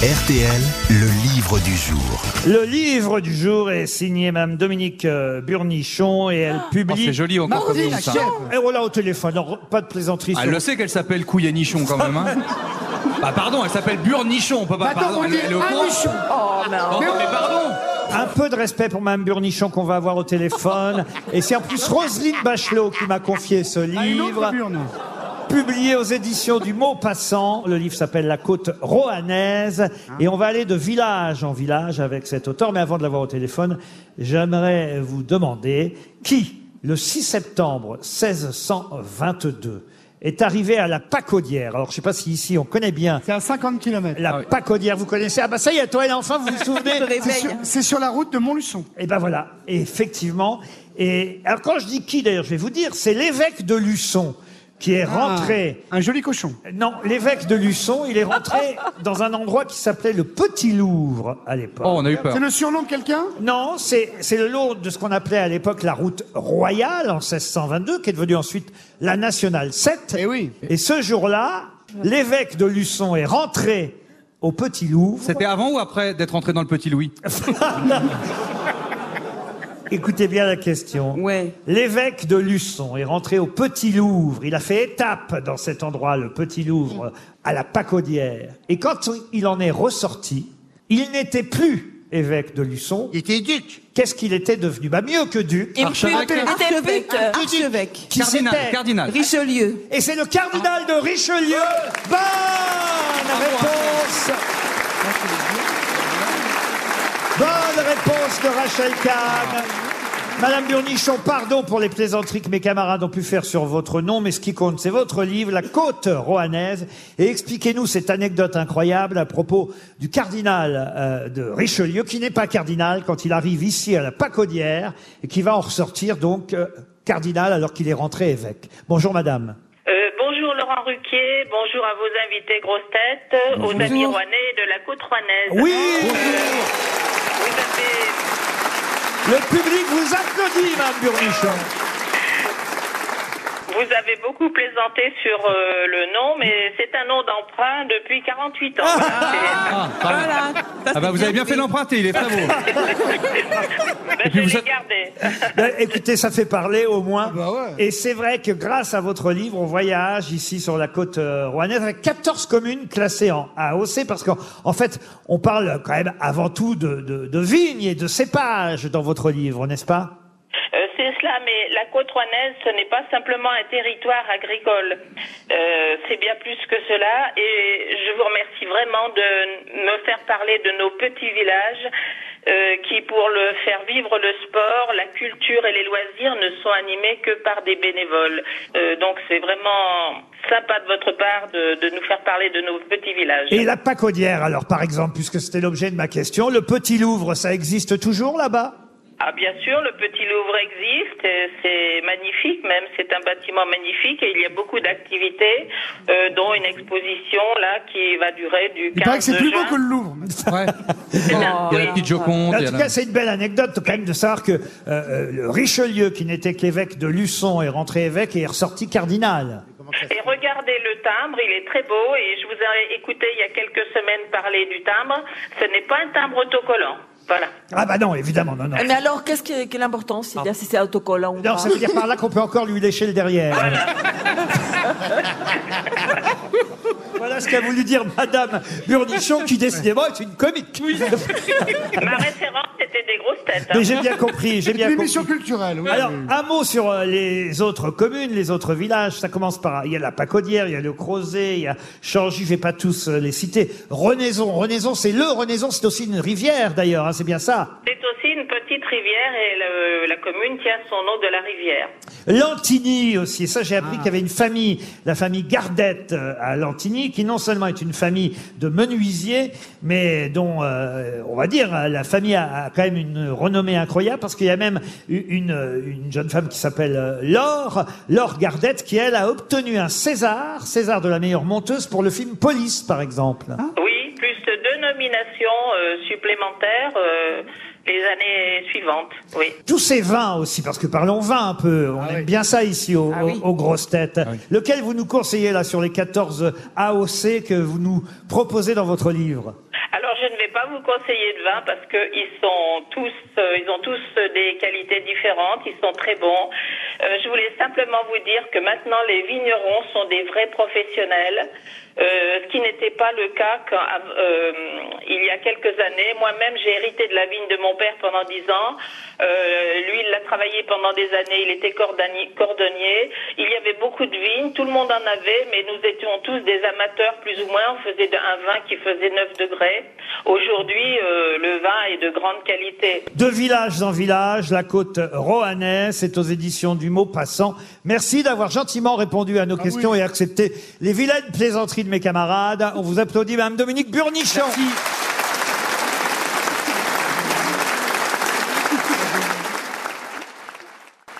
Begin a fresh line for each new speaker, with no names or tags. RTL, le livre du jour.
Le livre du jour est signé Mme Dominique euh, Burnichon et elle
Oh,
publie.
c'est joli encore comme nom, ça.
Et voilà au téléphone, non, pas de plaisanterie.
Ah,
sur-
Elle le sait qu'elle s'appelle Couillet-Nichon quand même. Hein. bah pardon, elle s'appelle Burnichon. Bah, On peut pas, pardon, elle, elle est au courant. Non, non, mais pardon
Un peu de respect pour Mme Burnichon qu'on va avoir au téléphone. et c'est en plus Roselyne Bachelot qui m'a confié ce livre. Publié aux éditions du Mot Passant. Le livre s'appelle La Côte Roannaise. Et on va aller de village en village avec cet auteur. Mais avant de l'avoir au téléphone, j'aimerais vous demander qui, le 6 septembre 1622, est arrivé à la Pacodière. Alors, je sais pas si ici on connaît bien
C'est à 50 km.
la
Ah oui.
Pacodière. Vous connaissez? Ah bah, ça y est, toi, et enfin, vous vous souvenez?
C'est sur, c'est sur la route de Montluçon.
Et ben voilà, Et effectivement. Et alors quand je dis qui d'ailleurs, je vais vous dire, c'est l'évêque de Luçon qui est rentré.
Ah, Un joli cochon.
Non, l'évêque de Luçon, il est rentré dans un endroit qui s'appelait le Petit Louvre à l'époque.
Oh, on a eu peur.
C'est le surnom de quelqu'un
Non, c'est c'est le long de ce qu'on appelait à l'époque la route royale en 1622, qui est devenue ensuite la nationale 7.
Eh oui.
Et ce jour-là, l'évêque de Luçon est rentré au Petit Louvre.
C'était avant ou après d'être entré dans le Petit Louis
Écoutez bien la question.
Ouais.
L'évêque de Luçon est rentré au Petit Louvre. Il a fait étape dans cet endroit, le Petit Louvre, à la Pacodière. Et quand il en est ressorti, il n'était plus évêque de Luçon.
Il était duc.
Qu'est-ce qu'il était devenu Bah mieux que duc.
Archevêque
Archevêque. Archevêque.
Qui
Cardinal,
c'était
cardinal.
Richelieu.
Et c'est le cardinal de Richelieu. Bonne réponse. Bonne réponse de Rachel Kahn. Madame Burnichon, pardon pour les plaisanteries que mes camarades ont pu faire sur votre nom, mais ce qui compte, c'est votre livre, La Côte Roannaise. Et expliquez-nous cette anecdote incroyable à propos du cardinal euh, de Richelieu, qui n'est pas cardinal quand il arrive ici à la Pacodière, et qui va en ressortir donc euh, cardinal alors qu'il est rentré évêque. Bonjour madame.
Euh, bonjour Laurent Ruquier, bonjour à vos invités grosses têtes, euh, aux amis rouennais de la côte rouennaise.
Oui
Vous avez-
Le public vous applaudit, madame Burnichon.
vous avez beaucoup plaisanté sur euh, le nom, mais c'est un nom d'emprunt depuis 48 ans. Voilà,
Ah, pardon.
Voilà.
Ah bah vous avez bien fait l'emprunter, il est très beau.
c'est- ben,
puis vous
je l'ai
êtes-
gardé.
Ben, écoutez, ça fait parler au moins.
bah ouais.
Et c'est vrai que grâce à votre livre, on voyage ici sur la côte euh, rouennaise avec 14 communes classées en AOC parce qu'en en fait, on parle quand même avant tout de, de, de vignes et de cépages dans votre livre, n'est-ce pas
Euh, c'est cela, mais la côte rouennaise, ce n'est pas simplement un territoire agricole. Euh, c'est bien plus que cela, et je vous remercie vraiment de me faire parler de nos petits villages. euh, qui pour le faire vivre le sport, la culture et les loisirs ne sont animés que par des bénévoles. Euh, donc c'est vraiment sympa de votre part de, de nous faire parler de nos petits villages.
Et la Pacodière, alors par exemple, puisque c'était l'objet de ma question, le Petit Louvre, ça existe toujours là-bas
Ah bien sûr, le Petit Louvre existe, et c'est magnifique même, c'est un bâtiment magnifique et il y a beaucoup d'activités, euh, dont une exposition là qui va durer du 15
Il paraît que c'est plus
juin.
beau que le Louvre.
Ouais. Oh, Il y a la petite Joconde.
En
il y a
tout
la-
cas, c'est une belle anecdote quand même de savoir que euh, euh, le Richelieu, qui n'était qu'évêque de Luçon, est rentré évêque et est ressorti cardinal.
Et regardez le timbre, il est très beau et je vous ai écouté il y a quelques semaines parler du timbre, ce n'est pas un timbre autocollant, voilà.
Ah bah non, évidemment, non, non.
Mais alors, qu'est-ce que, quelle importance C'est-à-dire si c'est autocollant ou
Non,
pas
ça veut dire par là qu'on peut encore lui lécher le derrière. voilà ce qu'a voulu dire Madame Burnichon, qui décidément est une comique.
Ma référence était des grosses têtes. hein.
Mais j'ai bien compris, j'ai bien compris.
L'émission culturelle. oui.
Alors, un mot sur euh, les autres communes, les autres villages. Ça commence par, il y a la Pacodière, il y a le Crozet, il y a Changy, je vais pas tous euh, les citer. Renaison, Renaison, c'est le Renaison, c'est aussi une rivière d'ailleurs, hein, c'est bien ça.
C'est aussi une petite rivière et le- la commune tient son nom de la rivière.
Lantigny aussi, et ça j'ai appris qu'il y avait une famille, la famille Gardette euh, à Lantigny, qui non seulement est une famille de menuisiers, mais dont, euh, on va dire, euh, la famille a, a quand même une renommée incroyable, parce qu'il y a même u- une, euh, une jeune femme qui s'appelle euh, Laure, Laure Gardette, qui elle a obtenu un César, César de la meilleure monteuse pour le film Police, par exemple.
Oui, plus deux nominations euh, supplémentaires euh, les années suivantes. Oui.
Tous ces vins aussi, parce que parlons vin un peu, on aime bien ça ici au- au- aux grosses têtes. Lequel vous nous conseillez là sur les 14 AOC que vous nous proposez dans votre livre
Ah vous conseiller de vin parce que ils sont tous, euh, ils ont tous euh, des qualités différentes. Ils sont très bons. Euh, je voulais simplement vous dire que maintenant les vignerons sont des vrais professionnels, euh, ce qui n'était pas le cas quand, av- euh, il y a quelques années. Moi-même, j'ai hérité de la vigne de mon père pendant dix ans. Euh, lui, il l'a travaillé pendant des années. Il était cordani- cordonnier. Il y avait beaucoup de vignes. Tout le monde en avait, mais nous étions tous des amateurs plus ou moins. On faisait de- un vin qui faisait 9 degrés. Aujourd'hui, euh, le vin est de grande qualité.
De village en village, la côte roannaise est aux éditions du mot passant. Merci d'avoir gentiment répondu à nos questions et accepté les vilaines plaisanteries de mes camarades. On vous applaudit, Madame Dominique Burnichon.